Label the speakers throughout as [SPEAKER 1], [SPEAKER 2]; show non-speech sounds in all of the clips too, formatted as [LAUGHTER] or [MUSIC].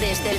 [SPEAKER 1] Desde el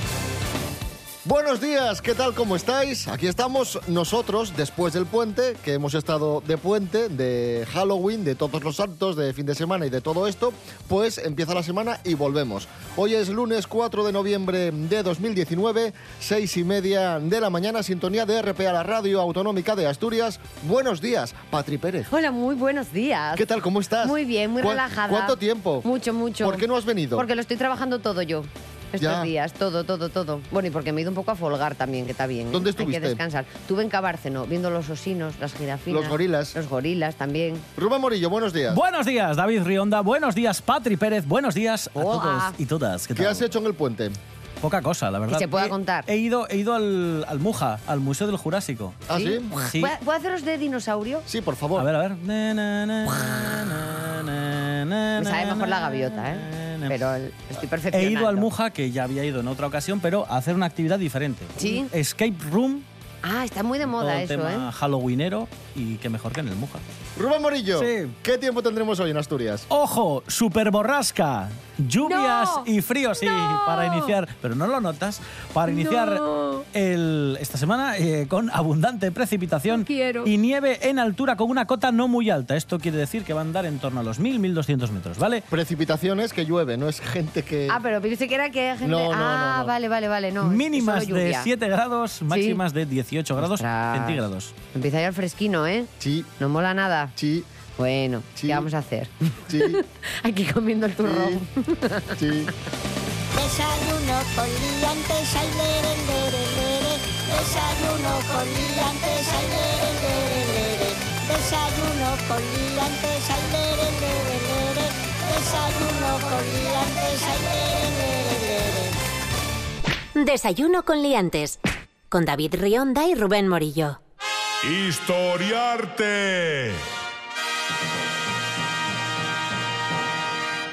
[SPEAKER 2] Buenos días, ¿qué tal? ¿Cómo estáis? Aquí estamos nosotros después del puente, que hemos estado de puente, de Halloween, de todos los santos, de fin de semana y de todo esto. Pues empieza la semana y volvemos. Hoy es lunes 4 de noviembre de 2019, 6 y media de la mañana, sintonía de RPA, la radio autonómica de Asturias. Buenos días, Patri Pérez.
[SPEAKER 3] Hola, muy buenos días.
[SPEAKER 2] ¿Qué tal? ¿Cómo estás?
[SPEAKER 3] Muy bien, muy
[SPEAKER 2] ¿Cuá-
[SPEAKER 3] relajada.
[SPEAKER 2] ¿Cuánto tiempo?
[SPEAKER 3] Mucho, mucho.
[SPEAKER 2] ¿Por qué no has venido?
[SPEAKER 3] Porque lo estoy trabajando todo yo. Estos
[SPEAKER 2] Ya.
[SPEAKER 3] días, todo, todo, todo. Bueno, y porque me he ido un poco a folgar también, que está bien. ¿eh?
[SPEAKER 2] ¿Dónde
[SPEAKER 3] Hay
[SPEAKER 2] estuviste?
[SPEAKER 3] que descansar. Tuve en Cabárceno, viendo los osinos, las jirafinas.
[SPEAKER 2] Los gorilas.
[SPEAKER 3] Los gorilas también.
[SPEAKER 2] Rubén Morillo, buenos días.
[SPEAKER 4] Buenos días, David Rionda. Buenos días, Patri Pérez. Buenos días a
[SPEAKER 3] Hola.
[SPEAKER 4] todos y todas. ¿Qué,
[SPEAKER 2] ¿Qué
[SPEAKER 4] tal?
[SPEAKER 2] has hecho en el puente?
[SPEAKER 4] Poca cosa, la verdad.
[SPEAKER 3] se pueda
[SPEAKER 4] He-
[SPEAKER 3] contar.
[SPEAKER 4] He ido, he ido al, al Muja, al Museo del Jurásico.
[SPEAKER 2] ¿Ah, sí?
[SPEAKER 4] Sí.
[SPEAKER 3] ¿Puedo, puedo haceros de dinosaurio?
[SPEAKER 2] Sí, por favor.
[SPEAKER 4] A ver, a ver. Na, na, na, na, na, na,
[SPEAKER 3] Me sabe
[SPEAKER 4] na,
[SPEAKER 3] mejor la
[SPEAKER 4] na,
[SPEAKER 3] gaviota,
[SPEAKER 4] na,
[SPEAKER 3] ¿eh?
[SPEAKER 4] na.
[SPEAKER 3] Pero el- estoy
[SPEAKER 4] He
[SPEAKER 3] perfeccionando.
[SPEAKER 4] ido al Muja, que ya había ido en otra ocasión, pero a hacer una actividad diferente.
[SPEAKER 3] Sí.
[SPEAKER 4] Un Escape room,
[SPEAKER 3] Ah, está muy de
[SPEAKER 4] todo
[SPEAKER 3] moda
[SPEAKER 4] el
[SPEAKER 3] eso,
[SPEAKER 4] tema
[SPEAKER 3] ¿eh?
[SPEAKER 4] halloweenero y que mejor que en el Muja.
[SPEAKER 2] Rubén Morillo,
[SPEAKER 4] Sí.
[SPEAKER 2] ¿qué tiempo tendremos hoy en Asturias?
[SPEAKER 4] Ojo, superborrasca, lluvias
[SPEAKER 3] No.
[SPEAKER 4] y frío, sí,
[SPEAKER 3] No.
[SPEAKER 4] para iniciar, pero no lo notas, para iniciar
[SPEAKER 3] No.
[SPEAKER 4] el, esta semana eh, con abundante precipitación
[SPEAKER 3] No quiero.
[SPEAKER 4] y nieve en altura con una cota no muy alta. Esto quiere decir que va a andar en torno a los 1.000, 1.200 metros, ¿vale?
[SPEAKER 2] Precipitaciones que llueve, no es gente que...
[SPEAKER 3] Ah, pero pensé que era que hay gente...
[SPEAKER 2] No, no,
[SPEAKER 3] ah,
[SPEAKER 2] no, no.
[SPEAKER 3] vale, vale, vale. No, es- es
[SPEAKER 4] Mínimas
[SPEAKER 3] solo
[SPEAKER 4] de
[SPEAKER 3] lluvia.
[SPEAKER 4] 7 grados, máximas de 18 grados
[SPEAKER 3] Ostras.
[SPEAKER 4] centígrados.
[SPEAKER 3] Empieza ya el fresquino, ¿eh?
[SPEAKER 2] Sí,
[SPEAKER 3] No mola nada.
[SPEAKER 2] sí,
[SPEAKER 3] Bueno,
[SPEAKER 2] Sí.
[SPEAKER 3] ¿qué vamos a hacer? [LAUGHS]
[SPEAKER 2] sí,
[SPEAKER 3] Aquí comiendo el turrón.
[SPEAKER 2] sí, sí.
[SPEAKER 5] Desayuno con liantes, ay, lere, lere, lere. Desayuno con liantes, ay, lere, lere, lere. Desayuno con liantes, ay, lere, lere, lere. Desayuno con liantes, ay, lere, lere, lere.
[SPEAKER 1] Desayuno con Liantes. Con David Rionda y Rubén Morillo.
[SPEAKER 6] Historiarte.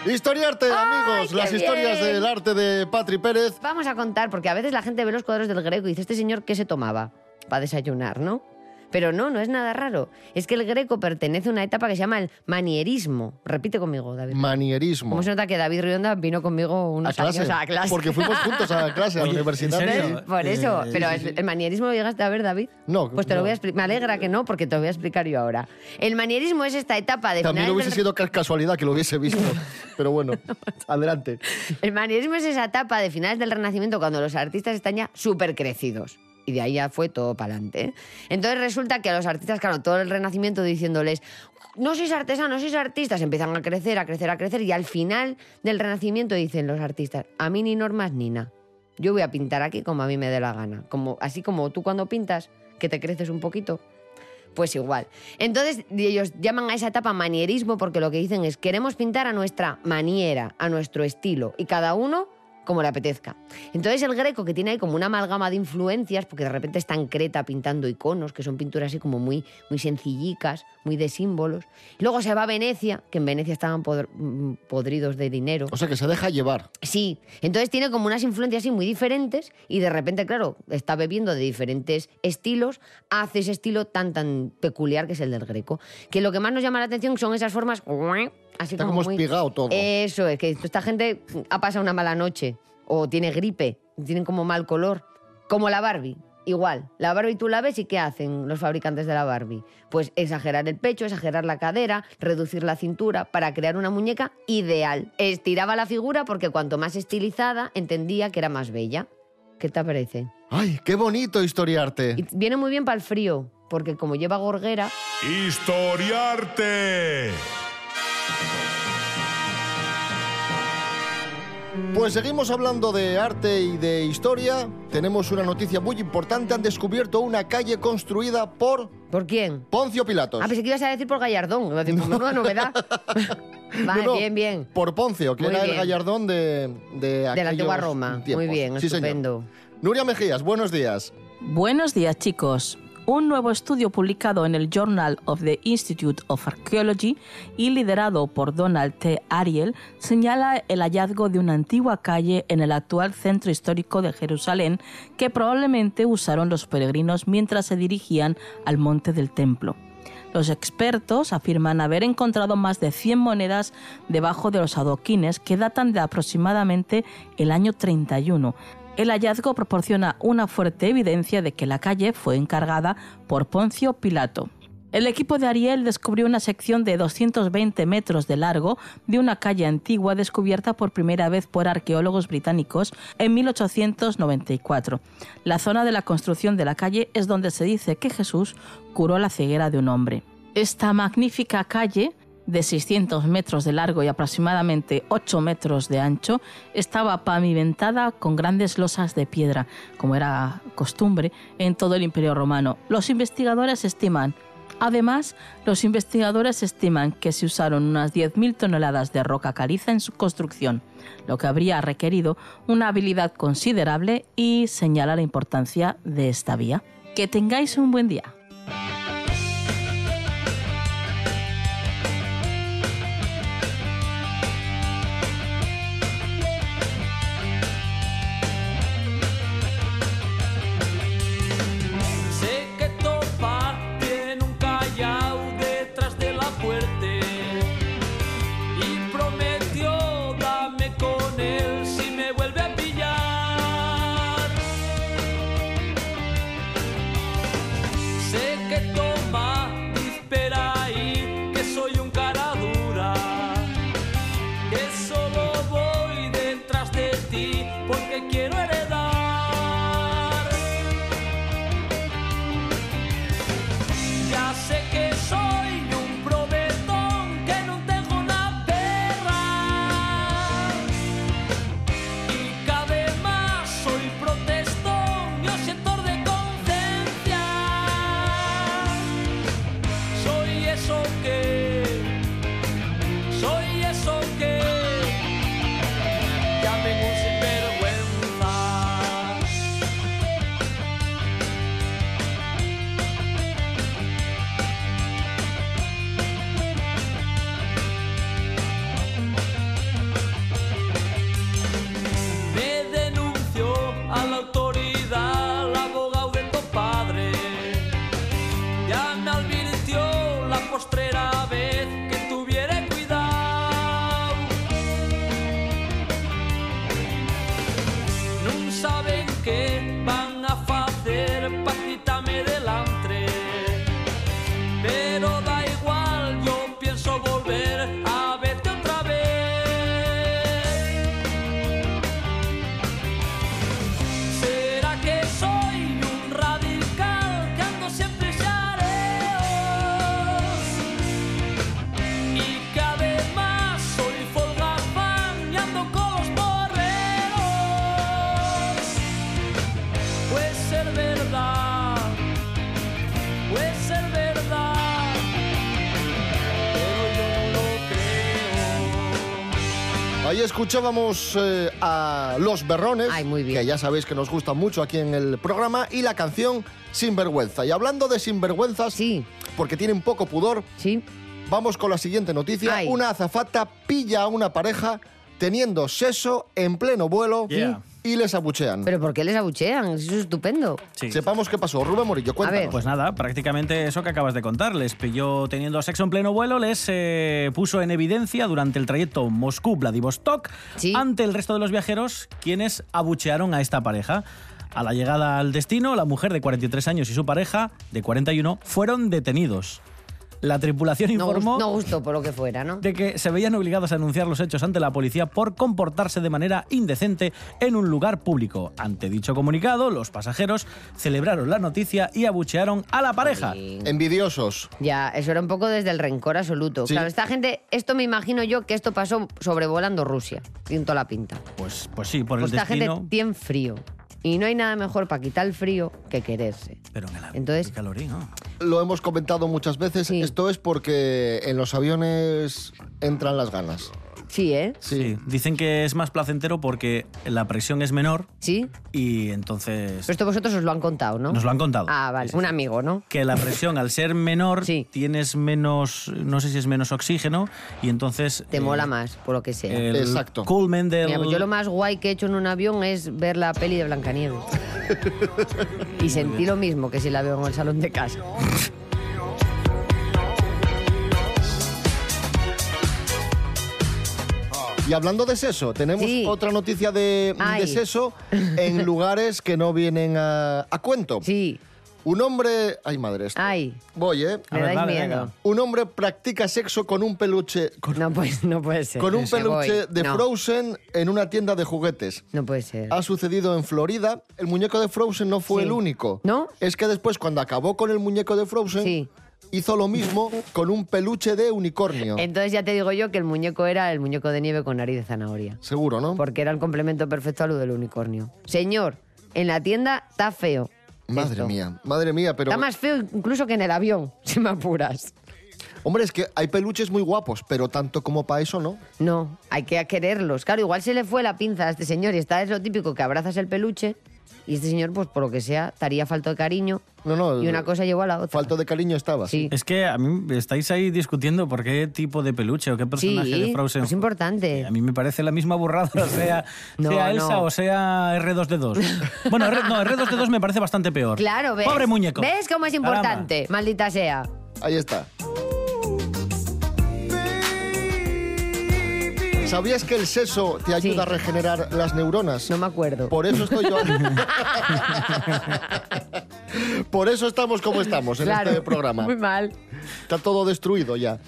[SPEAKER 2] Historiarte, amigos,
[SPEAKER 3] qué
[SPEAKER 2] las historias
[SPEAKER 3] bien!
[SPEAKER 2] del arte de Patri Pérez.
[SPEAKER 3] Vamos a contar, porque a veces la gente ve los cuadros del Greco y dice, este señor, ¿qué se tomaba? Para desayunar, ¿no? Pero no, no es nada raro. Es que el Greco pertenece a una etapa que se llama el manierismo. Repite conmigo, David.
[SPEAKER 2] Manierismo.
[SPEAKER 3] ¿Cómo se nota que David Rionda vino conmigo
[SPEAKER 2] A
[SPEAKER 3] unos
[SPEAKER 2] clase,
[SPEAKER 3] años a clase?
[SPEAKER 2] Porque fuimos juntos a clase, a la
[SPEAKER 4] Oye, ¿en
[SPEAKER 2] universidad.
[SPEAKER 4] serio?
[SPEAKER 2] sí.
[SPEAKER 3] [LAUGHS] Por eso,
[SPEAKER 4] Eh,
[SPEAKER 3] pero
[SPEAKER 4] sí,
[SPEAKER 3] es-
[SPEAKER 4] sí.
[SPEAKER 3] el manierismo lo llegaste a ver, David.
[SPEAKER 2] No,
[SPEAKER 3] Pues te
[SPEAKER 2] no.
[SPEAKER 3] lo voy a explicar. Me alegra que no, porque te lo voy a explicar yo ahora. El manierismo es esta etapa de
[SPEAKER 2] También
[SPEAKER 3] finales
[SPEAKER 2] hubiese
[SPEAKER 3] del-
[SPEAKER 2] sido ca- casualidad que lo hubiese
[SPEAKER 3] [LAUGHS]
[SPEAKER 2] visto. Pero bueno, adelante.
[SPEAKER 3] El manierismo es esa etapa de finales del Renacimiento cuando los artistas están ya súper crecidos. Y de ahí ya fue todo para adelante. Entonces resulta que a los artistas, claro, todo el Renacimiento diciéndoles, no sois artesanos, sois artistas, empiezan a crecer, a crecer, a crecer. Y al final del Renacimiento dicen los artistas, a mí ni normas ni nada. Yo voy a pintar aquí como a mí me dé la gana. Como, así como tú cuando pintas, que te creces un poquito. Pues igual. Entonces y ellos llaman a esa etapa manierismo porque lo que dicen es queremos pintar a nuestra maniera, a nuestro estilo y cada uno como le apetezca. Entonces el greco que tiene ahí como una amalgama de influencias porque de repente está en Creta pintando iconos que son pinturas así como muy, muy sencillicas, muy de símbolos. Luego se va a Venecia, que en Venecia estaban podr- mm, podridos de dinero.
[SPEAKER 2] O sea, que se deja llevar.
[SPEAKER 3] Sí, entonces tiene como unas influencias así muy diferentes y de repente, claro, está bebiendo de diferentes estilos, hace ese estilo tan tan peculiar que es el del greco. Que lo que más nos llama la atención son esas formas así
[SPEAKER 2] Está
[SPEAKER 3] como
[SPEAKER 2] como
[SPEAKER 3] muy- Eh.
[SPEAKER 2] espigado todo.
[SPEAKER 3] Eso es, que esta gente ha pasado una mala noche o tiene gripe, tienen como mal color, como la Barbie. Igual, la Barbie tú la ves y ¿qué hacen los fabricantes de la Barbie? Pues exagerar el pecho, exagerar la cadera, reducir la cintura para crear una muñeca ideal. Estiraba la figura porque cuanto más estilizada entendía que era más bella. ¿Qué te parece?
[SPEAKER 2] Ay, qué bonito
[SPEAKER 3] Y
[SPEAKER 2] historiarte.
[SPEAKER 3] viene muy bien para el frío, porque como lleva gorguera,
[SPEAKER 6] Historiarte.
[SPEAKER 2] Pues seguimos hablando de arte y de historia. Tenemos una noticia muy importante. Han descubierto una calle construida por
[SPEAKER 3] ¿por quién?
[SPEAKER 2] Poncio Pilatos.
[SPEAKER 3] Ah, pensé que ibas a decir por Gallardón. Iba a decir,
[SPEAKER 2] [LAUGHS]
[SPEAKER 3] pues, menuda novedad. Vale,
[SPEAKER 2] No, no,
[SPEAKER 3] bien, bien.
[SPEAKER 2] Por Poncio, que
[SPEAKER 3] Muy
[SPEAKER 2] era el
[SPEAKER 3] bien.
[SPEAKER 2] gallardón de, de,
[SPEAKER 3] De la
[SPEAKER 2] aquellos
[SPEAKER 3] antigua Roma.
[SPEAKER 2] tiempos.
[SPEAKER 3] Muy bien,
[SPEAKER 2] Sí, señor.
[SPEAKER 3] estupendo.
[SPEAKER 2] Nuria Mejías, buenos días.
[SPEAKER 7] Buenos días chicos.
[SPEAKER 6] Un nuevo estudio publicado en el Journal of the Institute of Archaeology y liderado por Donald T. Ariel señala el hallazgo de una antigua calle en el actual centro histórico de Jerusalén que probablemente usaron los peregrinos mientras se dirigían al monte del templo. Los expertos afirman haber encontrado más de 100 monedas debajo de los adoquines que datan de aproximadamente el año 31. El hallazgo proporciona una fuerte evidencia de que la calle fue encargada por Poncio Pilato. El equipo de Ariel descubrió una sección de 220 metros de largo de una calle antigua descubierta por primera vez por arqueólogos británicos en 1894. La zona de la construcción de la calle es donde se dice que Jesús curó la ceguera de un hombre. Esta magnífica calle de 600 metros de largo y aproximadamente 8 metros de ancho, estaba pavimentada con grandes losas de piedra, como era costumbre en todo el Imperio Romano. Los investigadores estiman, además, los investigadores estiman que se usaron unas 10.000 toneladas de roca caliza en su construcción, lo que habría requerido una habilidad considerable y señala la importancia de esta vía. Que tengáis un buen día.
[SPEAKER 7] Sé que tot part en un callau detrás de la puerta y prometió dame con él si me vuelve a pillar. Sé que toma espera ahí que soy un cara dura, que solo voy detrás de ti porque quiero heredar. Ya sé que soy un prometón que no tengo una perra y que además soy protestón y objetor de conciencia. Soy eso que, soy eso que llamen un sinvergüenza. Me denunció a la autoridad el abogado de tu padre. Ya me advirtió la postrera vez que tuviera cuidado. No saben qué van a hacer para quitarme delante. Pero da igual, yo pienso volver a verte otra vez. ¿Será que soy un radical que ando siempre chareos? Y que además soy folgafán y ando con los borreos. Puede ser verdad, puede ser verdad, pero yo no lo creo.
[SPEAKER 2] Ahí escuchábamos eh, a Los Berrones,
[SPEAKER 3] Ay, muy bien.
[SPEAKER 2] que ya sabéis que nos gusta mucho aquí en el programa, y la canción Sinvergüenza. Y hablando de sinvergüenzas,
[SPEAKER 3] Sí,
[SPEAKER 2] porque tienen poco pudor,
[SPEAKER 3] sí.
[SPEAKER 2] vamos con la siguiente noticia.
[SPEAKER 3] Ay.
[SPEAKER 2] Una azafata pilla a una pareja teniendo sexo en pleno vuelo
[SPEAKER 4] Yeah.
[SPEAKER 2] y les abuchean.
[SPEAKER 3] ¿Pero por qué les abuchean? Eso es estupendo.
[SPEAKER 4] Sí.
[SPEAKER 2] Sepamos qué pasó. Rubén Morillo, cuéntanos.
[SPEAKER 3] ver.
[SPEAKER 4] Pues nada, prácticamente eso que acabas de contar. Les pilló teniendo sexo en pleno vuelo, les eh, puso en evidencia durante el trayecto Moscú-Vladivostok
[SPEAKER 3] Sí.
[SPEAKER 4] ante el resto de los viajeros quienes abuchearon a esta pareja. A la llegada al destino, la mujer de 43 años y su pareja de 41 fueron detenidos. La tripulación
[SPEAKER 3] No,
[SPEAKER 4] informó
[SPEAKER 3] gus- no gustó por lo que fuera, ¿no?
[SPEAKER 4] de que se veían obligados a anunciar los hechos ante la policía por comportarse de manera indecente en un lugar público. Ante dicho comunicado, los pasajeros celebraron la noticia y abuchearon a la pareja.
[SPEAKER 2] Envidiosos.
[SPEAKER 3] Ya, eso era un poco desde el rencor absoluto.
[SPEAKER 2] Sí.
[SPEAKER 3] Claro, esta gente, esto me imagino yo que esto pasó sobrevolando Rusia. Siento la pinta.
[SPEAKER 4] Pues, pues sí, por el
[SPEAKER 3] Pues esta gente
[SPEAKER 4] destino.
[SPEAKER 3] tiene frío. Y no hay nada mejor para quitar el frío que quererse.
[SPEAKER 4] Pero en el,
[SPEAKER 3] Entonces-
[SPEAKER 4] el calorín, ¿no?
[SPEAKER 2] Lo hemos comentado muchas veces.
[SPEAKER 3] Sí.
[SPEAKER 2] Esto es porque en los aviones entran las ganas.
[SPEAKER 3] Sí, ¿eh?
[SPEAKER 2] Sí.
[SPEAKER 4] Sí, Dicen que es más placentero porque la presión es menor
[SPEAKER 3] Sí.
[SPEAKER 4] y entonces
[SPEAKER 3] Pero esto vosotros os lo han contado, Pues ¿no?
[SPEAKER 4] nos lo han contado.
[SPEAKER 3] Ah, vale.
[SPEAKER 4] Sí, sí,
[SPEAKER 3] Un
[SPEAKER 4] sí.
[SPEAKER 3] amigo, ¿no?
[SPEAKER 4] Que la presión al ser menor
[SPEAKER 3] Sí.
[SPEAKER 4] tienes menos, no sé si es menos oxígeno y entonces...
[SPEAKER 3] Te
[SPEAKER 4] eh,
[SPEAKER 3] mola más, por lo que sea.
[SPEAKER 4] El
[SPEAKER 2] Exacto.
[SPEAKER 4] culmen del...
[SPEAKER 3] Mira, pues yo lo más guay que he hecho en un avión es ver la peli
[SPEAKER 2] [LAUGHS]
[SPEAKER 3] de Blancanieves. y sentí lo mismo que si la veo en el salón de casa.
[SPEAKER 2] Y hablando de seso, tenemos
[SPEAKER 3] Sí.
[SPEAKER 2] otra noticia de,
[SPEAKER 3] Ay.
[SPEAKER 2] de seso
[SPEAKER 3] [LAUGHS]
[SPEAKER 2] en lugares que no vienen a, a cuento.
[SPEAKER 3] Sí,
[SPEAKER 2] Un hombre... Ay, madre, esto.
[SPEAKER 3] ay, Ah.
[SPEAKER 2] Voy, ¿eh?
[SPEAKER 4] A
[SPEAKER 3] me
[SPEAKER 4] ver,
[SPEAKER 3] dais
[SPEAKER 4] vale,
[SPEAKER 3] miedo.
[SPEAKER 2] Un hombre practica sexo con un peluche... Con,
[SPEAKER 3] No puede, no puede ser.
[SPEAKER 2] con un
[SPEAKER 3] Me voy.
[SPEAKER 2] peluche de
[SPEAKER 3] no,
[SPEAKER 2] Frozen Ah, en una tienda de juguetes.
[SPEAKER 3] No puede ser.
[SPEAKER 2] Ha sucedido en Florida. El muñeco de Frozen no fue
[SPEAKER 3] Sí.
[SPEAKER 2] el único.
[SPEAKER 3] ¿No?
[SPEAKER 2] Es que después, cuando acabó con el muñeco de Frozen,
[SPEAKER 3] Sí.
[SPEAKER 2] hizo lo mismo con un peluche de unicornio.
[SPEAKER 3] Entonces ya te digo yo que el muñeco era el muñeco de nieve con nariz de zanahoria.
[SPEAKER 2] Seguro, ¿no?
[SPEAKER 3] Porque era el complemento perfecto a lo del unicornio. Señor, en la tienda está feo.
[SPEAKER 2] Madre
[SPEAKER 3] esto.
[SPEAKER 2] mía, madre mía, pero...
[SPEAKER 3] Está más feo incluso que en el avión, [LAUGHS] si me apuras.
[SPEAKER 2] Hombre, es que hay peluches muy guapos, pero tanto como para eso, ¿no?
[SPEAKER 3] No, hay que quererlos. Claro, igual se le fue la pinza a este señor y está es lo típico que abrazas el peluche y este señor, pues por lo que sea, estaría falto de cariño
[SPEAKER 2] No, no.
[SPEAKER 3] y una cosa llevó a la otra.
[SPEAKER 2] Falto de cariño estaba.
[SPEAKER 3] Sí,
[SPEAKER 4] Es que a mí estáis ahí discutiendo por qué tipo de peluche o qué personaje
[SPEAKER 3] sí,
[SPEAKER 4] de Frozen.
[SPEAKER 3] es importante.
[SPEAKER 4] A mí me parece la misma burrada, [LAUGHS] sea,
[SPEAKER 3] No,
[SPEAKER 4] sea Elsa
[SPEAKER 3] no.
[SPEAKER 4] o sea R2D2. Bueno, R- no, R2D2 me parece bastante peor.
[SPEAKER 3] Claro, ¿ves?
[SPEAKER 4] Pobre muñeco.
[SPEAKER 3] ¿Ves cómo es
[SPEAKER 4] Caramba.
[SPEAKER 3] importante? Maldita sea.
[SPEAKER 2] Ahí está. ¿Sabías que el seso te ayuda
[SPEAKER 3] Sí.
[SPEAKER 2] a regenerar las neuronas?
[SPEAKER 3] No me acuerdo.
[SPEAKER 2] Por eso estoy yo.
[SPEAKER 3] [LAUGHS]
[SPEAKER 2] Por eso estamos como estamos en
[SPEAKER 3] claro.
[SPEAKER 2] este programa.
[SPEAKER 3] [LAUGHS] Muy mal.
[SPEAKER 2] Está todo destruido ya.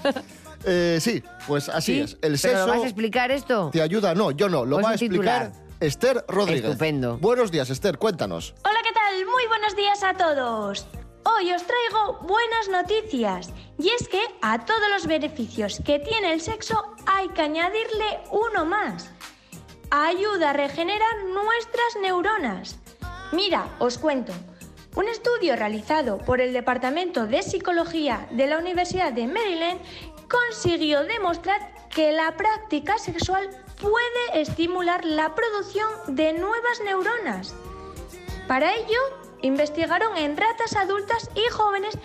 [SPEAKER 2] Eh, sí, pues así
[SPEAKER 3] Sí,
[SPEAKER 2] es. El
[SPEAKER 3] ¿Pero lo
[SPEAKER 2] seso
[SPEAKER 3] vas a explicar esto?
[SPEAKER 2] te ayuda. No, yo no. Lo
[SPEAKER 3] Pues
[SPEAKER 2] va a
[SPEAKER 3] un titular.
[SPEAKER 2] explicar Esther Rodríguez.
[SPEAKER 3] Estupendo.
[SPEAKER 2] Buenos días, Esther. Cuéntanos.
[SPEAKER 8] Hola, ¿qué tal? Muy buenos días a todos. Hoy os traigo buenas noticias. Y es que a todos los beneficios que tiene el sexo hay que añadirle uno más. Ayuda a regenerar nuestras neuronas. Mira, os cuento. Un estudio realizado por el Departamento de Psicología de la Universidad de Maryland consiguió demostrar que la práctica sexual puede estimular la producción de nuevas neuronas. Para ello, investigaron en ratas adultas y jóvenes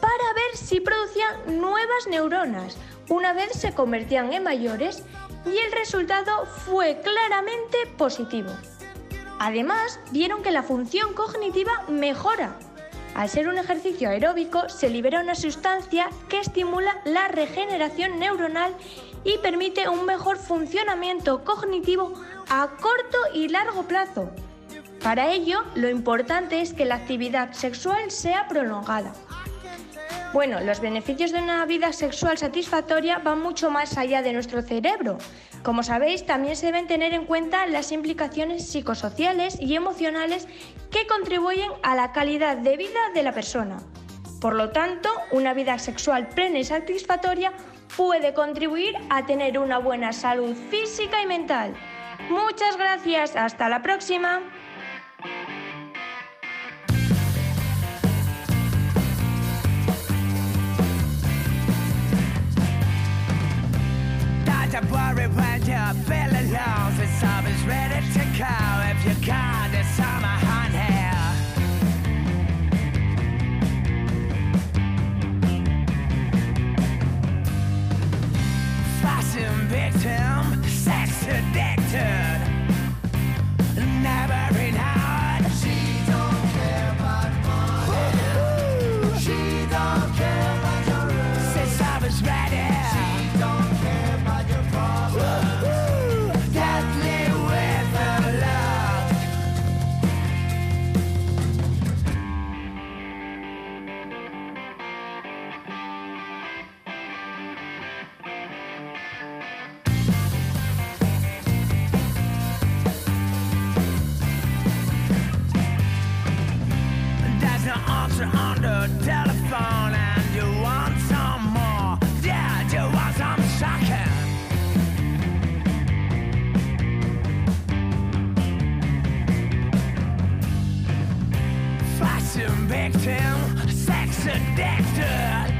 [SPEAKER 8] para ver si producían nuevas neuronas una vez se convertían en mayores y el resultado fue claramente positivo. Además, vieron que la función cognitiva mejora. Al ser un ejercicio aeróbico, se libera una sustancia que estimula la regeneración neuronal y permite un mejor funcionamiento cognitivo a corto y largo plazo. Para ello, lo importante es que la actividad sexual sea prolongada. Bueno, los beneficios de una vida sexual satisfactoria van mucho más allá de nuestro cerebro. Como sabéis, también se deben tener en cuenta las implicaciones psicosociales y emocionales que contribuyen a la calidad de vida de la persona. Por lo tanto, una vida sexual plena y satisfactoria puede contribuir a tener una buena salud física y mental. Muchas gracias, hasta la próxima.
[SPEAKER 9] Not to worry when you're feeling lost It's always ready to go If you got the summer on here Fashion victim, sex addicted Never in hard She don't care about money She don't care about your rules Since I was ready She don't care about your problems Deadly with her love There's no answer on the telephone, and you want some more. Yeah, you want some shocking. Fashion victim, sex addicted.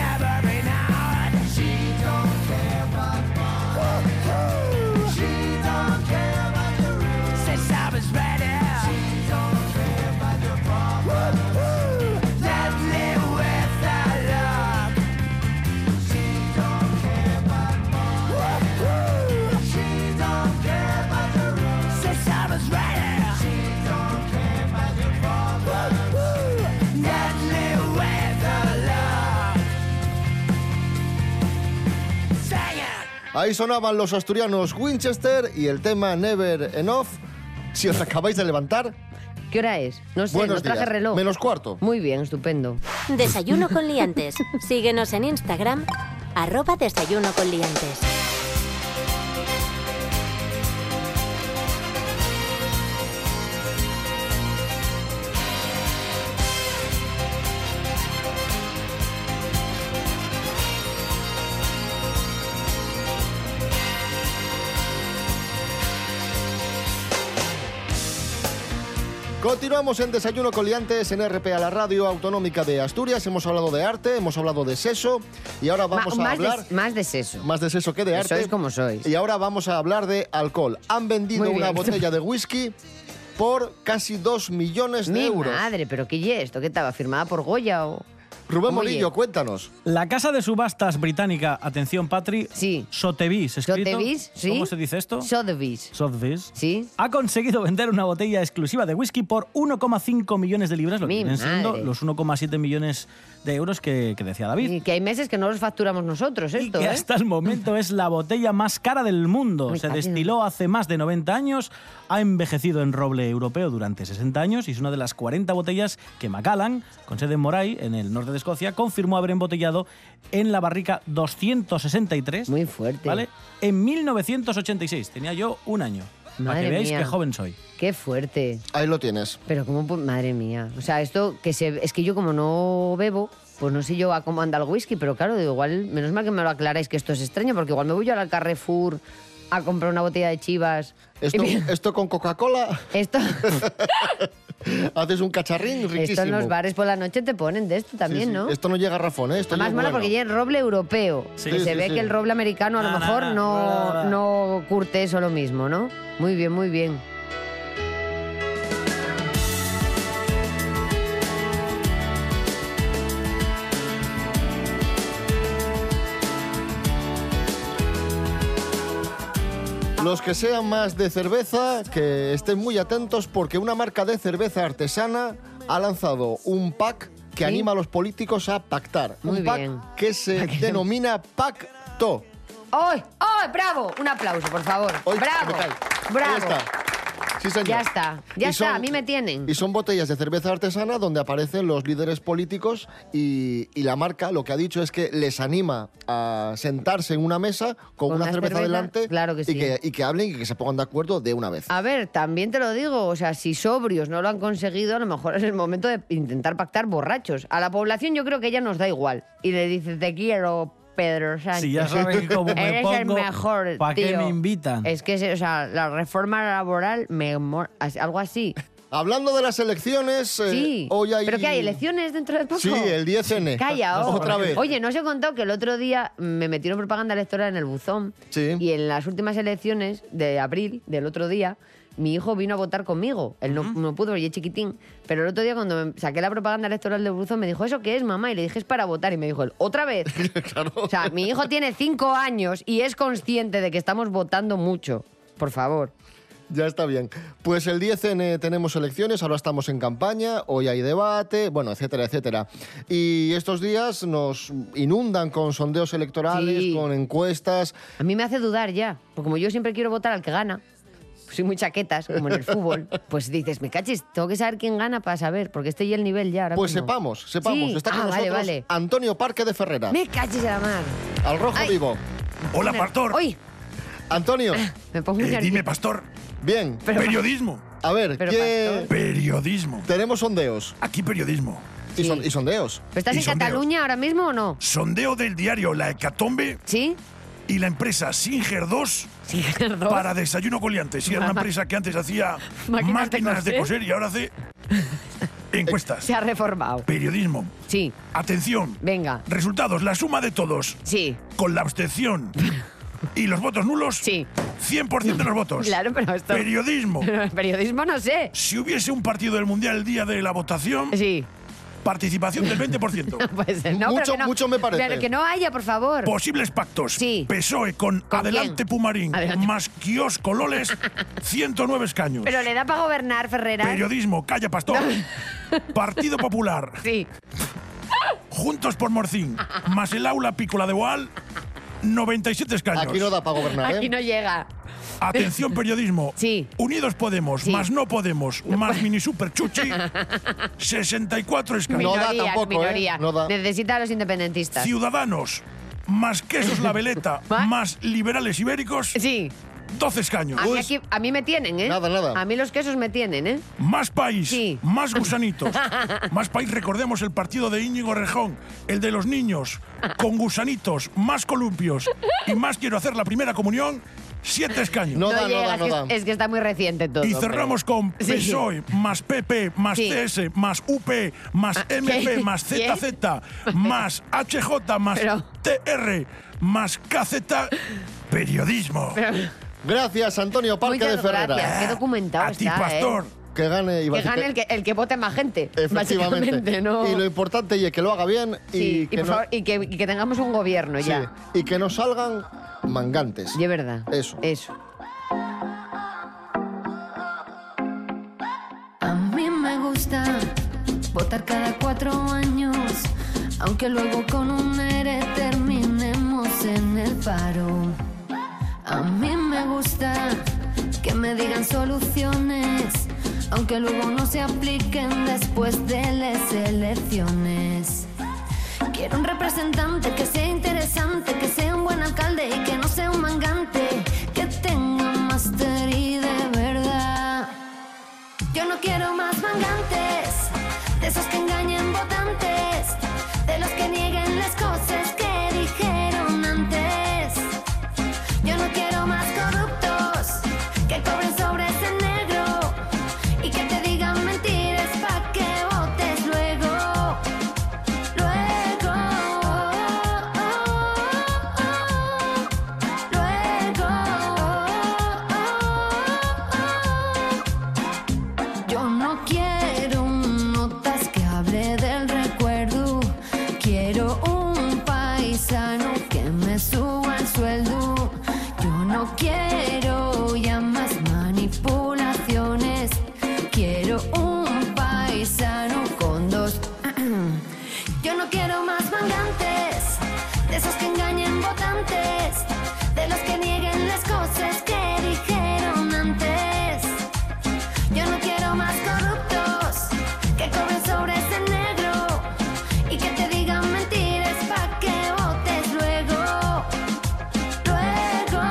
[SPEAKER 9] Never been out. She don't care about
[SPEAKER 2] Ahí sonaban los asturianos Winchester y el tema Never Enough. Si os acabáis de levantar,
[SPEAKER 3] ¿Qué hora es? No sé,
[SPEAKER 2] buenos
[SPEAKER 3] no traje
[SPEAKER 2] días.
[SPEAKER 3] reloj.
[SPEAKER 2] Menos cuarto.
[SPEAKER 3] [LAUGHS] Muy bien, estupendo.
[SPEAKER 1] Desayuno con liantes. Síguenos en Instagram, arroba desayuno con liantes.
[SPEAKER 2] Continuamos en Desayuno con Liantes en RPA, la radio autonómica de Asturias. Hemos hablado de arte, hemos hablado de seso y ahora vamos
[SPEAKER 3] Ma-
[SPEAKER 2] a
[SPEAKER 3] más,
[SPEAKER 2] hablar
[SPEAKER 3] de, más de seso.
[SPEAKER 2] más de seso que de
[SPEAKER 3] Que
[SPEAKER 2] arte.
[SPEAKER 3] sois como sois.
[SPEAKER 2] Y ahora vamos a hablar de alcohol. Han vendido
[SPEAKER 3] Muy
[SPEAKER 2] una
[SPEAKER 3] bien.
[SPEAKER 2] botella
[SPEAKER 3] [LAUGHS]
[SPEAKER 2] de whisky por casi 2 millones de
[SPEAKER 3] Mi
[SPEAKER 2] euros.
[SPEAKER 3] madre, pero ¿qué es esto? ¿Qué estaba firmada por Goya o...?
[SPEAKER 2] Rubén
[SPEAKER 3] Muy
[SPEAKER 2] Molillo,
[SPEAKER 3] bien.
[SPEAKER 2] cuéntanos.
[SPEAKER 4] La casa de subastas británica, atención Patri,
[SPEAKER 3] Sí.
[SPEAKER 4] Sotheby's, escrito.
[SPEAKER 3] ¿Sotheby's? ¿Sí?
[SPEAKER 4] ¿Cómo se dice esto?
[SPEAKER 3] Sotheby's.
[SPEAKER 4] Sotheby's.
[SPEAKER 3] ¿Sí?
[SPEAKER 4] Ha conseguido vender una botella exclusiva de whisky por 1,5 millones de libras, lo que
[SPEAKER 3] Mi
[SPEAKER 4] vienen siendo
[SPEAKER 3] madre.
[SPEAKER 4] los 1,7 millones de euros que, que decía David.
[SPEAKER 3] Y que hay meses que no los facturamos nosotros,
[SPEAKER 4] Y
[SPEAKER 3] esto,
[SPEAKER 4] que
[SPEAKER 3] ¿eh?
[SPEAKER 4] hasta el momento es la botella más cara del mundo.
[SPEAKER 3] Muy
[SPEAKER 4] Se
[SPEAKER 3] caro.
[SPEAKER 4] destiló hace más de 90 años, ha envejecido en roble europeo durante 60 años y es una de las 40 botellas que Macallan, con sede en Moray, en el norte de Escocia, confirmó haber embotellado en la barrica 263.
[SPEAKER 3] Muy fuerte.
[SPEAKER 4] ¿Vale? En 1986. Tenía yo un año. para
[SPEAKER 3] Madre
[SPEAKER 4] que veáis
[SPEAKER 3] mía.
[SPEAKER 4] qué joven soy.
[SPEAKER 3] Qué fuerte.
[SPEAKER 2] Ahí lo tienes.
[SPEAKER 3] Pero como, madre mía. O sea, esto que se... Es que yo como no bebo, pues no sé yo a cómo anda el whisky, pero claro, digo, igual, menos mal que me lo aclaráis que esto es extraño, porque igual me voy yo al Carrefour a comprar una botella de chivas.
[SPEAKER 2] Esto,
[SPEAKER 3] [LAUGHS] Y mira,
[SPEAKER 2] esto con Coca-Cola [LAUGHS]
[SPEAKER 3] esto,
[SPEAKER 2] haces un cacharrín riquísimo.
[SPEAKER 3] esto en los bares por la noche te ponen de esto
[SPEAKER 2] Sí,
[SPEAKER 3] también,
[SPEAKER 2] sí.
[SPEAKER 3] ¿no?
[SPEAKER 2] Esto no llega a Rafón, ¿eh? Esto
[SPEAKER 3] Además
[SPEAKER 2] llega
[SPEAKER 3] mola
[SPEAKER 2] bueno.
[SPEAKER 3] porque ya es roble europeo.
[SPEAKER 4] Sí,
[SPEAKER 3] y se
[SPEAKER 2] sí,
[SPEAKER 3] ve
[SPEAKER 2] sí.
[SPEAKER 3] que el roble americano a lo
[SPEAKER 4] Na, na,
[SPEAKER 3] mejor
[SPEAKER 4] na,
[SPEAKER 3] no,
[SPEAKER 4] na, na.
[SPEAKER 3] no curte eso lo mismo, ¿no? Muy bien, muy bien.
[SPEAKER 2] Los que sean más de cerveza, que estén muy atentos porque una marca de cerveza artesana ha lanzado un pack que anima a los políticos a pactar.
[SPEAKER 3] Muy
[SPEAKER 2] un pack
[SPEAKER 3] bien.
[SPEAKER 2] que
[SPEAKER 3] [LAUGHS]
[SPEAKER 2] se denomina Pacto.
[SPEAKER 3] ¡Ay! ¡Ay! ¡Bravo! Un aplauso, por favor.
[SPEAKER 2] Hoy-
[SPEAKER 3] ¡Bravo!
[SPEAKER 2] Ahí
[SPEAKER 3] ¡Bravo!
[SPEAKER 2] está. Sí, señor.
[SPEAKER 3] Ya está, ya
[SPEAKER 2] Y
[SPEAKER 3] está,
[SPEAKER 2] son-
[SPEAKER 3] a mí me tienen.
[SPEAKER 2] Y son botellas de cerveza artesana donde aparecen los líderes políticos y, y la marca lo que ha dicho es que les anima a sentarse en una mesa con,
[SPEAKER 3] Con
[SPEAKER 2] una
[SPEAKER 3] una
[SPEAKER 2] cerveza,
[SPEAKER 3] cerveza,
[SPEAKER 2] delante
[SPEAKER 3] claro que sí.
[SPEAKER 2] y, que, y que hablen y que se pongan de acuerdo de una vez.
[SPEAKER 3] A ver, también te lo digo, o sea, si sobrios no lo han conseguido, a lo mejor es el momento de intentar pactar borrachos. A la población yo creo que ya nos da igual. Y le dices, te quiero, Pedro Sánchez.
[SPEAKER 4] Si ya saben cómo me
[SPEAKER 3] Eres el
[SPEAKER 4] pongo,
[SPEAKER 3] mejor,
[SPEAKER 4] ¿pa' qué
[SPEAKER 3] tío.
[SPEAKER 4] me invitan?
[SPEAKER 3] Es que, o sea, la reforma laboral, me mor- as- algo así.
[SPEAKER 2] Hablando de las elecciones, eh,
[SPEAKER 3] Sí.
[SPEAKER 2] hoy hay...
[SPEAKER 3] ¿Pero qué hay, elecciones dentro de poco?
[SPEAKER 2] Sí, el 10N.
[SPEAKER 3] [LAUGHS] Calla,
[SPEAKER 2] [LAUGHS]
[SPEAKER 3] oh.
[SPEAKER 2] Otra vez.
[SPEAKER 3] Oye, no os he contado que el otro día me metieron propaganda electoral en el buzón.
[SPEAKER 2] Sí.
[SPEAKER 3] Y en las últimas elecciones de abril del otro día, mi hijo vino a votar conmigo. Él no, no pudo, porque es chiquitín. Pero el otro día, cuando me saqué la propaganda electoral del buzón, me dijo, ¿eso qué es, mamá? Y le dije, es para votar. Y me dijo él, ¿otra vez?
[SPEAKER 2] [LAUGHS] Claro.
[SPEAKER 3] O sea, mi hijo tiene cinco años y es consciente de que estamos votando mucho. Por favor.
[SPEAKER 2] Ya está bien. Pues el 10N tenemos elecciones, ahora estamos en campaña, hoy hay debate, bueno, etcétera, etcétera. Y estos días nos inundan con sondeos electorales,
[SPEAKER 3] Sí.
[SPEAKER 2] con encuestas.
[SPEAKER 3] A mí me hace dudar ya, porque como yo siempre quiero votar al que gana, pues soy muy chaquetas, como en
[SPEAKER 2] [LAUGHS]
[SPEAKER 3] el fútbol, pues dices, me cachis, tengo que saber quién gana para saber, porque estoy ya el nivel ya ahora
[SPEAKER 2] Pues
[SPEAKER 3] mismo".
[SPEAKER 2] sepamos, sepamos.
[SPEAKER 3] Sí.
[SPEAKER 2] Está con
[SPEAKER 3] ah,
[SPEAKER 2] nosotros
[SPEAKER 3] vale, vale.
[SPEAKER 2] Antonio Parque de Ferrera,
[SPEAKER 3] Me cachis a la mar.
[SPEAKER 2] al rojo
[SPEAKER 3] Ay.
[SPEAKER 2] vivo.
[SPEAKER 10] Hola, Pastor.
[SPEAKER 3] Uy,
[SPEAKER 2] Antonio,
[SPEAKER 3] me pongo un
[SPEAKER 10] Eh, dime, Pastor.
[SPEAKER 2] bien,
[SPEAKER 10] periodismo.
[SPEAKER 2] a ver,
[SPEAKER 3] Pero,
[SPEAKER 2] ¿qué-
[SPEAKER 3] Pastor.
[SPEAKER 10] Periodismo.
[SPEAKER 2] tenemos sondeos
[SPEAKER 10] Aquí periodismo.
[SPEAKER 2] y,
[SPEAKER 3] Sí.
[SPEAKER 2] son- y sondeos.
[SPEAKER 3] ¿Estás
[SPEAKER 10] Y
[SPEAKER 3] en
[SPEAKER 10] sondeos.
[SPEAKER 3] Cataluña ahora mismo o no?
[SPEAKER 10] Sondeo del diario La Hecatombe
[SPEAKER 3] ¿Sí?
[SPEAKER 10] y la empresa Singer 2
[SPEAKER 3] Sí,
[SPEAKER 10] para desayuno coliante. Sí, era una empresa que antes hacía
[SPEAKER 3] Máquinas de
[SPEAKER 10] máquinas de
[SPEAKER 3] coser.
[SPEAKER 10] coser y ahora
[SPEAKER 3] [LAUGHS]
[SPEAKER 10] hace encuestas.
[SPEAKER 3] Se ha reformado.
[SPEAKER 10] Periodismo.
[SPEAKER 3] Sí,
[SPEAKER 10] Atención.
[SPEAKER 3] venga.
[SPEAKER 10] Resultados. La suma de todos
[SPEAKER 3] Sí, [LAUGHS]
[SPEAKER 10] con la abstención y los votos nulos.
[SPEAKER 3] sí.
[SPEAKER 10] 100% de los votos.
[SPEAKER 3] Claro, pero esto...
[SPEAKER 10] Periodismo.
[SPEAKER 3] Pero el periodismo no sé.
[SPEAKER 10] Si hubiese un partido del Mundial el día de la votación,
[SPEAKER 3] Sí,
[SPEAKER 10] participación del
[SPEAKER 3] [LAUGHS]
[SPEAKER 10] 20%.
[SPEAKER 3] pues no, pero
[SPEAKER 2] Mucho-
[SPEAKER 3] que no-
[SPEAKER 2] mucho me parece.
[SPEAKER 3] Pero que no haya, por favor.
[SPEAKER 10] Posibles pactos.
[SPEAKER 3] Sí.
[SPEAKER 10] PSOE E con,
[SPEAKER 3] ¿Con
[SPEAKER 10] Adelante
[SPEAKER 3] quién?
[SPEAKER 10] Pumarín
[SPEAKER 3] Adelante.
[SPEAKER 10] más kiosco
[SPEAKER 3] [LAUGHS]
[SPEAKER 10] Loles, 109 escaños.
[SPEAKER 3] Pero le da para gobernar, Ferreras.
[SPEAKER 10] Periodismo, calla pastor. [LAUGHS] Partido Popular,
[SPEAKER 3] Sí.
[SPEAKER 10] Juntos por Morcín, más el aula pícola de Boal, 97 escaños.
[SPEAKER 2] Aquí no da para gobernar, ¿eh?
[SPEAKER 3] Aquí no llega. [LAUGHS]
[SPEAKER 10] Atención, periodismo.
[SPEAKER 3] Sí.
[SPEAKER 10] Unidos Podemos,
[SPEAKER 3] Sí.
[SPEAKER 10] más no Podemos, más mini super
[SPEAKER 3] [LAUGHS]
[SPEAKER 10] chuchi, 64 escaños.
[SPEAKER 2] No da
[SPEAKER 3] Minorías,
[SPEAKER 2] tampoco, ¿eh?
[SPEAKER 3] minoría.
[SPEAKER 2] No da.
[SPEAKER 3] Necesita a los independentistas.
[SPEAKER 10] Ciudadanos, más quesos la veleta,
[SPEAKER 3] [LAUGHS] ¿Va?
[SPEAKER 10] más liberales ibéricos,
[SPEAKER 3] Sí.
[SPEAKER 10] 12 escaños. Pues
[SPEAKER 3] A mí, aquí- a mí me tienen, ¿eh?
[SPEAKER 2] Nada, nada.
[SPEAKER 3] A mí los quesos me tienen, ¿eh?
[SPEAKER 10] Más país,
[SPEAKER 3] Sí.
[SPEAKER 10] más
[SPEAKER 3] [LAUGHS]
[SPEAKER 10] gusanitos. más país, recordemos el partido de Íñigo Rejón, el de los niños, con gusanitos, más columpios y más quiero hacer la primera comunión, siete escaños.
[SPEAKER 2] No da, no
[SPEAKER 3] llega,
[SPEAKER 2] da,
[SPEAKER 3] es,
[SPEAKER 2] no
[SPEAKER 3] que,
[SPEAKER 2] da.
[SPEAKER 3] es que está muy reciente todo.
[SPEAKER 10] Y cerramos con
[SPEAKER 3] Sí.
[SPEAKER 10] PSOE, E, más PP, más
[SPEAKER 3] Sí. Ah,
[SPEAKER 10] TS, más UP, más MP,
[SPEAKER 3] ¿qué?
[SPEAKER 10] más ZZ, más HJ, más
[SPEAKER 3] Pero-
[SPEAKER 10] TR, más KZ, periodismo.
[SPEAKER 3] pero-
[SPEAKER 2] Gracias, Antonio Parque de
[SPEAKER 3] Muchas
[SPEAKER 2] Ferrera.
[SPEAKER 3] gracias. Qué documentado
[SPEAKER 10] A ti,
[SPEAKER 3] está, ¿eh?
[SPEAKER 10] pastor.
[SPEAKER 2] Que gane iba a
[SPEAKER 3] Que
[SPEAKER 2] decir
[SPEAKER 3] gane el que, el que vote más gente.
[SPEAKER 2] Efectivamente.
[SPEAKER 3] básicamente, ¿no?
[SPEAKER 2] Y lo importante y es que lo haga bien y,
[SPEAKER 3] Sí, y,
[SPEAKER 2] que
[SPEAKER 3] por
[SPEAKER 2] no,
[SPEAKER 3] favor, y que, y que tengamos un gobierno
[SPEAKER 2] sí,
[SPEAKER 3] ya.
[SPEAKER 2] y que no salgan mangantes.
[SPEAKER 3] Y es verdad.
[SPEAKER 2] Eso.
[SPEAKER 3] Eso.
[SPEAKER 11] A mí me gusta votar cada cuatro años, aunque luego con un ERE terminemos en el paro. A mí me gusta que me digan soluciones, aunque luego no se apliquen después de las elecciones. Quiero un representante que sea interesante, que sea un buen alcalde y que no sea un mangante, que tenga máster y de verdad. Yo no quiero más mangantes, de esos que engañen votantes, de los que nieguen las cosas que dijeron antes. Yo no quiero más corruptos, que cobren sobres en negro y que te digan mentiras pa' que votes luego. Luego. Luego. Yo no quiero un notas que hable del recuerdo. Quiero un paisano que me suba el sueldo. Yo no quiero ya más manipulaciones. Quiero un paisano con dos. [CLEARS THROAT] Yo no quiero más mangantes, de esos que engañen votantes, de los que nieguen las cosas que dijeron antes. Yo no quiero más corruptos que cobren sobres en negro y que te digan mentiras pa' que votes luego. Luego.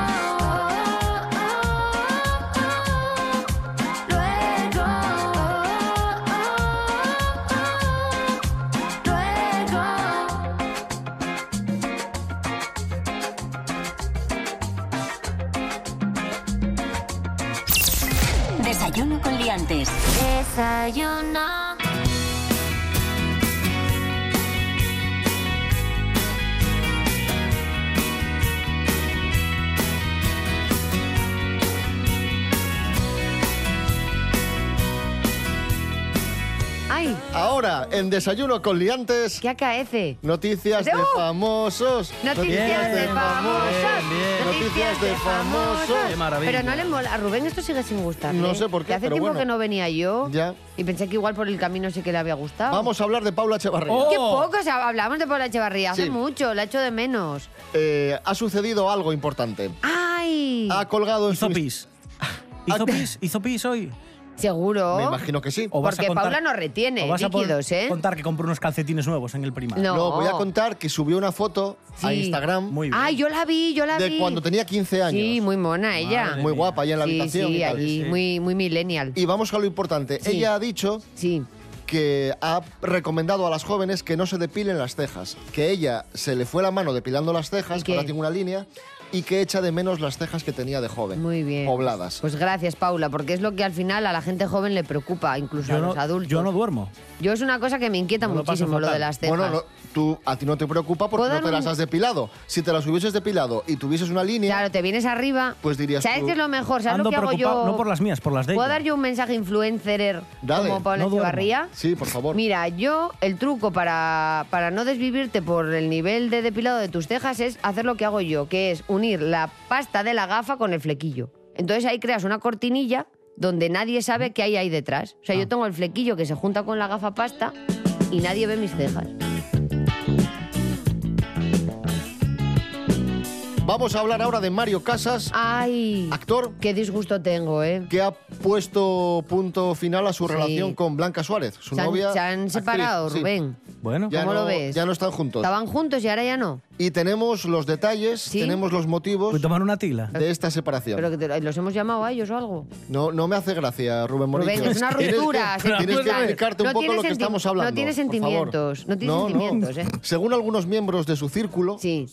[SPEAKER 11] Luego. Luego.
[SPEAKER 1] Desayuno con liantes.
[SPEAKER 11] Desayuno.
[SPEAKER 3] ¡Ay!
[SPEAKER 2] Ahora, en Desayuno con Liantes,
[SPEAKER 3] ¿Qué acaece?
[SPEAKER 2] noticias de
[SPEAKER 3] ¡Uh!
[SPEAKER 2] famosos.
[SPEAKER 3] Noticias de famosos.
[SPEAKER 4] bien.
[SPEAKER 3] Noticias de
[SPEAKER 4] Qué
[SPEAKER 3] famosos.
[SPEAKER 4] maravilla.
[SPEAKER 3] Pero no le mola. A Rubén esto sigue sin gustarle.
[SPEAKER 2] No sé por qué,
[SPEAKER 3] Que hace
[SPEAKER 2] pero
[SPEAKER 3] tiempo
[SPEAKER 2] bueno.
[SPEAKER 3] que no venía yo.
[SPEAKER 2] Ya.
[SPEAKER 3] Y pensé que igual por el camino sí que le había gustado.
[SPEAKER 2] Vamos a hablar de Paula Echevarría.
[SPEAKER 4] Oh.
[SPEAKER 3] Qué poco. o sea, hablamos de Paula Echevarría. Hace
[SPEAKER 2] Sí.
[SPEAKER 3] mucho. La echo de menos.
[SPEAKER 2] Eh, ha sucedido algo importante.
[SPEAKER 3] ¡Ay!
[SPEAKER 2] Ha colgado en su...
[SPEAKER 4] Hizo pis.
[SPEAKER 2] Ah.
[SPEAKER 4] Hizo pis, hizo pis hoy.
[SPEAKER 3] Seguro.
[SPEAKER 2] Me imagino que sí.
[SPEAKER 4] ¿O vas a
[SPEAKER 3] Porque
[SPEAKER 4] contar-
[SPEAKER 3] Paula no retiene
[SPEAKER 4] o vas a pon-
[SPEAKER 3] líquidos, ¿eh?
[SPEAKER 4] contar que compró unos calcetines nuevos en el primario.
[SPEAKER 3] No.
[SPEAKER 2] No, voy a contar que subió una foto a
[SPEAKER 3] Sí.
[SPEAKER 2] Instagram
[SPEAKER 4] Muy bien.
[SPEAKER 3] Ay, yo la vi, yo la vi.
[SPEAKER 2] de cuando tenía 15 años.
[SPEAKER 3] Sí, muy mona ella.
[SPEAKER 4] Madre
[SPEAKER 2] Muy guapa ahí en la
[SPEAKER 3] sí,
[SPEAKER 2] habitación. y,
[SPEAKER 3] Sí,
[SPEAKER 2] tal.
[SPEAKER 3] allí, muy, muy millennial.
[SPEAKER 2] Y vamos a lo importante.
[SPEAKER 3] Sí.
[SPEAKER 2] Ella ha dicho
[SPEAKER 3] Sí.
[SPEAKER 2] que ha recomendado a las jóvenes que no se depilen las cejas. Que ella se le fue la mano depilando las cejas,
[SPEAKER 3] ¿Y
[SPEAKER 2] que
[SPEAKER 3] qué?
[SPEAKER 2] ahora tiene una línea, y que echa de menos las cejas que tenía de joven.
[SPEAKER 3] Muy bien.
[SPEAKER 2] Pobladas.
[SPEAKER 3] Pues gracias, Paula, porque es lo que al final a la gente joven le preocupa, incluso a
[SPEAKER 4] Yo
[SPEAKER 3] los
[SPEAKER 4] no,
[SPEAKER 3] adultos.
[SPEAKER 4] yo no duermo.
[SPEAKER 3] Yo es una cosa que me inquieta
[SPEAKER 4] No lo paso
[SPEAKER 3] muchísimo lo,
[SPEAKER 4] fatal.
[SPEAKER 3] de las cejas.
[SPEAKER 2] bueno, no, tú a ti no te preocupa
[SPEAKER 3] ¿Puedo
[SPEAKER 2] porque no
[SPEAKER 3] dar
[SPEAKER 2] te las
[SPEAKER 3] un-
[SPEAKER 2] has depilado. Si te las hubieses depilado y tuvieses una línea,
[SPEAKER 3] Claro, te vienes arriba.
[SPEAKER 2] Pues dirías
[SPEAKER 3] ¿Sabes
[SPEAKER 2] tú,
[SPEAKER 3] qué es lo mejor? ¿Sabes
[SPEAKER 4] Ando
[SPEAKER 3] lo que hago
[SPEAKER 4] preocupado,
[SPEAKER 3] yo?
[SPEAKER 4] no por las mías, por las de
[SPEAKER 3] ¿Puedo
[SPEAKER 4] ella.
[SPEAKER 3] dar yo un mensaje influencerer
[SPEAKER 2] Dale,
[SPEAKER 3] como Paula
[SPEAKER 4] no duermo.
[SPEAKER 3] Echevarría?
[SPEAKER 2] sí, por favor.
[SPEAKER 3] Mira, yo el truco para, para no desvivirte por el nivel de depilado de tus cejas es hacer lo que hago yo, que es unir la pasta de la gafa con el flequillo. Entonces ahí creas una cortinilla donde nadie sabe qué hay ahí detrás. O sea,
[SPEAKER 2] Ah.
[SPEAKER 3] yo tengo el flequillo que se junta con la gafa pasta y nadie ve mis cejas.
[SPEAKER 2] Vamos a hablar ahora de Mario Casas,
[SPEAKER 3] Ay,
[SPEAKER 2] actor
[SPEAKER 3] qué disgusto tengo, ¿eh?
[SPEAKER 2] que ha puesto punto final a su
[SPEAKER 3] Sí.
[SPEAKER 2] relación con Blanca Suárez, su
[SPEAKER 3] Se han,
[SPEAKER 2] novia.
[SPEAKER 3] se han
[SPEAKER 2] actriz.
[SPEAKER 3] separado,
[SPEAKER 2] Sí.
[SPEAKER 3] Rubén.
[SPEAKER 4] Bueno,
[SPEAKER 2] Ya
[SPEAKER 3] ¿Cómo
[SPEAKER 2] no,
[SPEAKER 3] lo ves?
[SPEAKER 2] Ya no están juntos.
[SPEAKER 3] Estaban juntos y ahora ya no.
[SPEAKER 2] Y tenemos los detalles,
[SPEAKER 3] Sí.
[SPEAKER 2] tenemos los motivos
[SPEAKER 4] voy a Pues tomar una tila.
[SPEAKER 2] de esta separación.
[SPEAKER 3] Pero que te- los hemos llamado a ellos o algo.
[SPEAKER 2] No, no me hace gracia, Rubén Morillo.
[SPEAKER 3] Rubén, es una
[SPEAKER 2] Tienes que- [LAUGHS]
[SPEAKER 3] ruptura
[SPEAKER 2] Tienes que,
[SPEAKER 3] sentimental.
[SPEAKER 2] explicarte un
[SPEAKER 3] No
[SPEAKER 2] poco
[SPEAKER 3] tiene
[SPEAKER 2] lo que
[SPEAKER 3] senti-
[SPEAKER 2] estamos
[SPEAKER 3] no
[SPEAKER 2] hablando.
[SPEAKER 3] tiene
[SPEAKER 2] por favor.
[SPEAKER 3] sentimientos, no tiene sentimientos, ¿eh?
[SPEAKER 2] Según algunos miembros de su círculo,
[SPEAKER 3] Sí.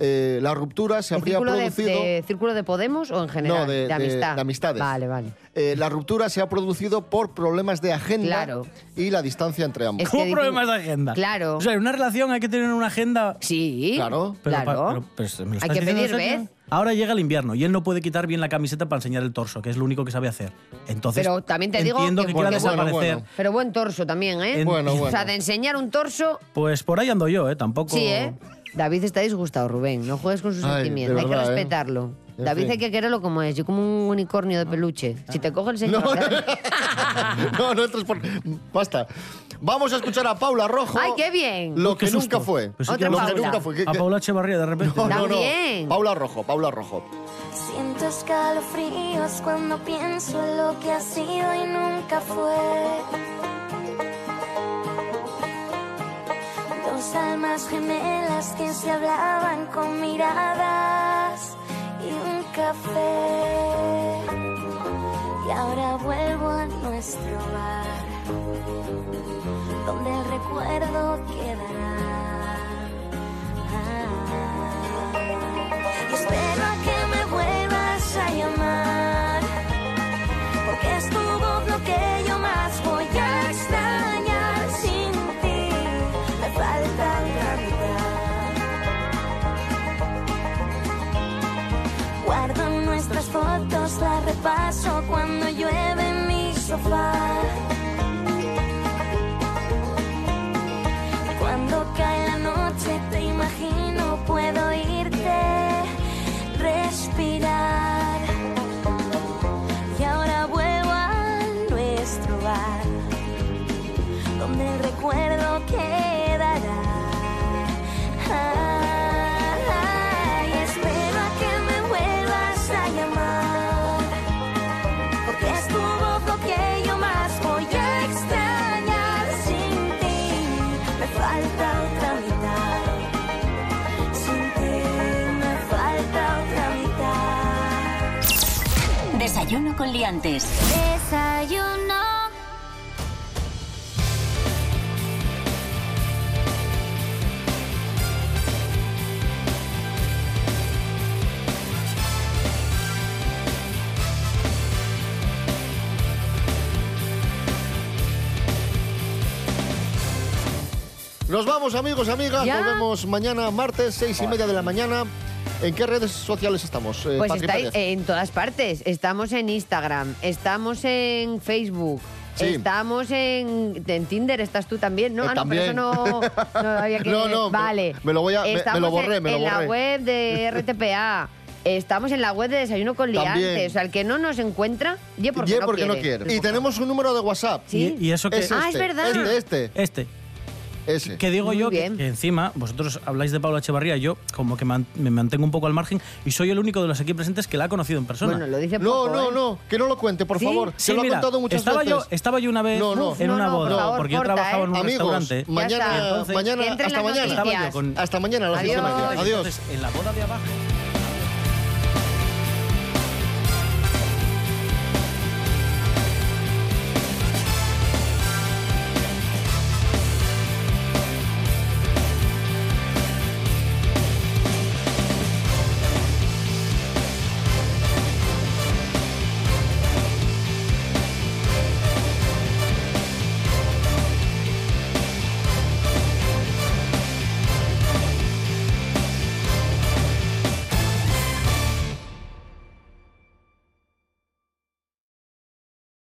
[SPEAKER 2] eh, la ruptura se
[SPEAKER 3] ¿El
[SPEAKER 2] habría
[SPEAKER 3] círculo de,
[SPEAKER 2] producido...
[SPEAKER 3] de- ¿Círculo de Podemos o en general?
[SPEAKER 2] No, de- de-
[SPEAKER 3] amistad.
[SPEAKER 2] de amistades.
[SPEAKER 3] Vale, vale.
[SPEAKER 2] eh, la ruptura se ha producido por problemas de agenda
[SPEAKER 3] Claro.
[SPEAKER 2] y la distancia entre ambos.
[SPEAKER 3] Es que
[SPEAKER 4] ¿Cómo
[SPEAKER 3] dicen-
[SPEAKER 4] problemas de agenda?
[SPEAKER 3] Claro.
[SPEAKER 4] O sea, en una relación hay que tener una agenda...
[SPEAKER 3] Sí.
[SPEAKER 2] Claro.
[SPEAKER 4] Pero,
[SPEAKER 3] claro.
[SPEAKER 4] pa- pero- pero ¿me lo estás
[SPEAKER 3] Hay que
[SPEAKER 4] diciendo en
[SPEAKER 3] pedir
[SPEAKER 4] serio?
[SPEAKER 3] vez.
[SPEAKER 4] Ahora llega el invierno y él no puede quitar bien la camiseta para enseñar el torso, que es lo único que sabe hacer. Entonces,
[SPEAKER 3] Pero también te digo
[SPEAKER 4] entiendo
[SPEAKER 3] que
[SPEAKER 4] que,
[SPEAKER 3] porque-
[SPEAKER 4] quiera
[SPEAKER 2] Bueno, bueno,
[SPEAKER 4] desaparecer.
[SPEAKER 2] bueno.
[SPEAKER 3] Pero buen torso también, ¿eh?
[SPEAKER 4] En-
[SPEAKER 2] Bueno,
[SPEAKER 3] O sea,
[SPEAKER 2] bueno.
[SPEAKER 3] de enseñar un torso,
[SPEAKER 4] Pues por ahí ando yo, ¿eh? Tampoco...
[SPEAKER 3] sí, ¿eh? David está disgustado, Rubén. No juegues con sus
[SPEAKER 2] Ay, de
[SPEAKER 3] sentimientos. Hay
[SPEAKER 2] verdad,
[SPEAKER 3] que
[SPEAKER 2] ¿eh?
[SPEAKER 3] respetarlo.
[SPEAKER 2] En
[SPEAKER 3] David
[SPEAKER 2] fin.
[SPEAKER 3] hay que quererlo como es. Yo como un unicornio de peluche. Si te coge el
[SPEAKER 2] No,
[SPEAKER 3] señor...
[SPEAKER 2] [LAUGHS] no, no entres por... Basta. Vamos a escuchar a Paula Rojo.
[SPEAKER 3] ¡Ay, qué bien!
[SPEAKER 2] Lo
[SPEAKER 4] Uy, qué
[SPEAKER 2] que nunca
[SPEAKER 4] susto.
[SPEAKER 2] fue.
[SPEAKER 4] Pues
[SPEAKER 3] sí que Otra
[SPEAKER 2] lo que
[SPEAKER 3] Paula.
[SPEAKER 2] nunca fue. ¿Qué-
[SPEAKER 4] A
[SPEAKER 2] qué?
[SPEAKER 4] Paula Echevarría, de repente.
[SPEAKER 2] [LAUGHS] No,
[SPEAKER 3] Ah,
[SPEAKER 2] no,
[SPEAKER 3] También.
[SPEAKER 2] no. Paula Rojo, Paula Rojo.
[SPEAKER 12] Siento escalofríos cuando pienso en lo que ha sido y nunca fue. Dos almas gemelas que se hablaban con miradas y un café. Y ahora vuelvo a nuestro bar, donde el recuerdo quedará. Ah. Y espero a que me vuelvas a llamar, porque es tu voz lo que yo más voy a extrañar sin ti. Me falta gravedad. Guardo nuestras fotos, las repaso cuando llueve en mi sofá. Cuando cae la noche te imagino puedo irte, respirar. Y ahora vuelvo a nuestro bar, donde el recuerdo quedará. Ay, espero a que me vuelvas a llamar. Porque es tu voz lo que yo más voy a extrañar sin ti. Me falta otra mitad. Sin ti me falta otra mitad.
[SPEAKER 1] Desayuno con liantes.
[SPEAKER 12] Desayuno.
[SPEAKER 2] Nos vamos, amigos, amigas.
[SPEAKER 3] ¿Ya?
[SPEAKER 2] Nos vemos mañana, martes, seis y media de la mañana. ¿En qué redes sociales estamos? eh,
[SPEAKER 3] Pues
[SPEAKER 2] Patri
[SPEAKER 3] estáis
[SPEAKER 2] Pérez?
[SPEAKER 3] en todas partes. Estamos en Instagram, estamos en Facebook.
[SPEAKER 2] Sí.
[SPEAKER 3] Estamos en, en Tinder, estás tú también, ¿no?
[SPEAKER 2] Eh,
[SPEAKER 3] ah, no,
[SPEAKER 2] también.
[SPEAKER 3] pero eso no, no había que...
[SPEAKER 2] [LAUGHS] No, no, me-
[SPEAKER 3] vale.
[SPEAKER 2] me lo voy a- me- me lo
[SPEAKER 3] Estamos
[SPEAKER 2] borré,
[SPEAKER 3] en,
[SPEAKER 2] me lo
[SPEAKER 3] en
[SPEAKER 2] borré.
[SPEAKER 3] la web
[SPEAKER 2] [LAUGHS]
[SPEAKER 3] de RTPA. Estamos en la web de Desayuno con
[SPEAKER 2] También.
[SPEAKER 3] Liantes. O sea, el que no nos encuentra, ye eh, porque,
[SPEAKER 2] Ye
[SPEAKER 3] no,
[SPEAKER 2] porque
[SPEAKER 3] quiere.
[SPEAKER 2] no quiere. Y tenemos un número de WhatsApp.
[SPEAKER 3] Sí.
[SPEAKER 4] Y, y eso que...
[SPEAKER 2] Es
[SPEAKER 3] Ah, es
[SPEAKER 2] este,
[SPEAKER 3] verdad.
[SPEAKER 2] Este, este,
[SPEAKER 4] Este.
[SPEAKER 2] ese.
[SPEAKER 4] Que digo
[SPEAKER 3] Muy
[SPEAKER 4] yo que,
[SPEAKER 3] bien.
[SPEAKER 4] que encima vosotros habláis de Paula Echevarría, yo como que man- me mantengo un poco al margen y soy el único de los aquí presentes que la ha conocido en persona.
[SPEAKER 3] Bueno, lo dice
[SPEAKER 2] No,
[SPEAKER 3] poco,
[SPEAKER 2] no,
[SPEAKER 3] ¿eh?
[SPEAKER 2] no, que no lo cuente, por
[SPEAKER 3] ¿Sí?
[SPEAKER 2] favor.
[SPEAKER 4] Sí,
[SPEAKER 2] Se lo
[SPEAKER 4] mira,
[SPEAKER 2] ha contado muchas
[SPEAKER 4] estaba
[SPEAKER 2] veces.
[SPEAKER 4] Yo, estaba yo una vez
[SPEAKER 2] No, no.
[SPEAKER 4] en
[SPEAKER 3] No,
[SPEAKER 4] una
[SPEAKER 3] no, por
[SPEAKER 4] boda,
[SPEAKER 3] favor,
[SPEAKER 4] porque yo
[SPEAKER 3] corta,
[SPEAKER 4] trabajaba en un
[SPEAKER 3] ¿eh?
[SPEAKER 2] Amigos,
[SPEAKER 4] restaurante.
[SPEAKER 3] Ya
[SPEAKER 2] mañana,
[SPEAKER 3] está.
[SPEAKER 4] Entonces,
[SPEAKER 2] mañana
[SPEAKER 3] Que entren
[SPEAKER 2] hasta
[SPEAKER 3] las
[SPEAKER 2] mañana.
[SPEAKER 4] Estaba yo
[SPEAKER 3] noticias.
[SPEAKER 4] con-
[SPEAKER 2] Hasta mañana a las diez de la
[SPEAKER 3] Adiós.
[SPEAKER 2] mañana. Adiós.
[SPEAKER 4] Entonces, en la boda de abajo...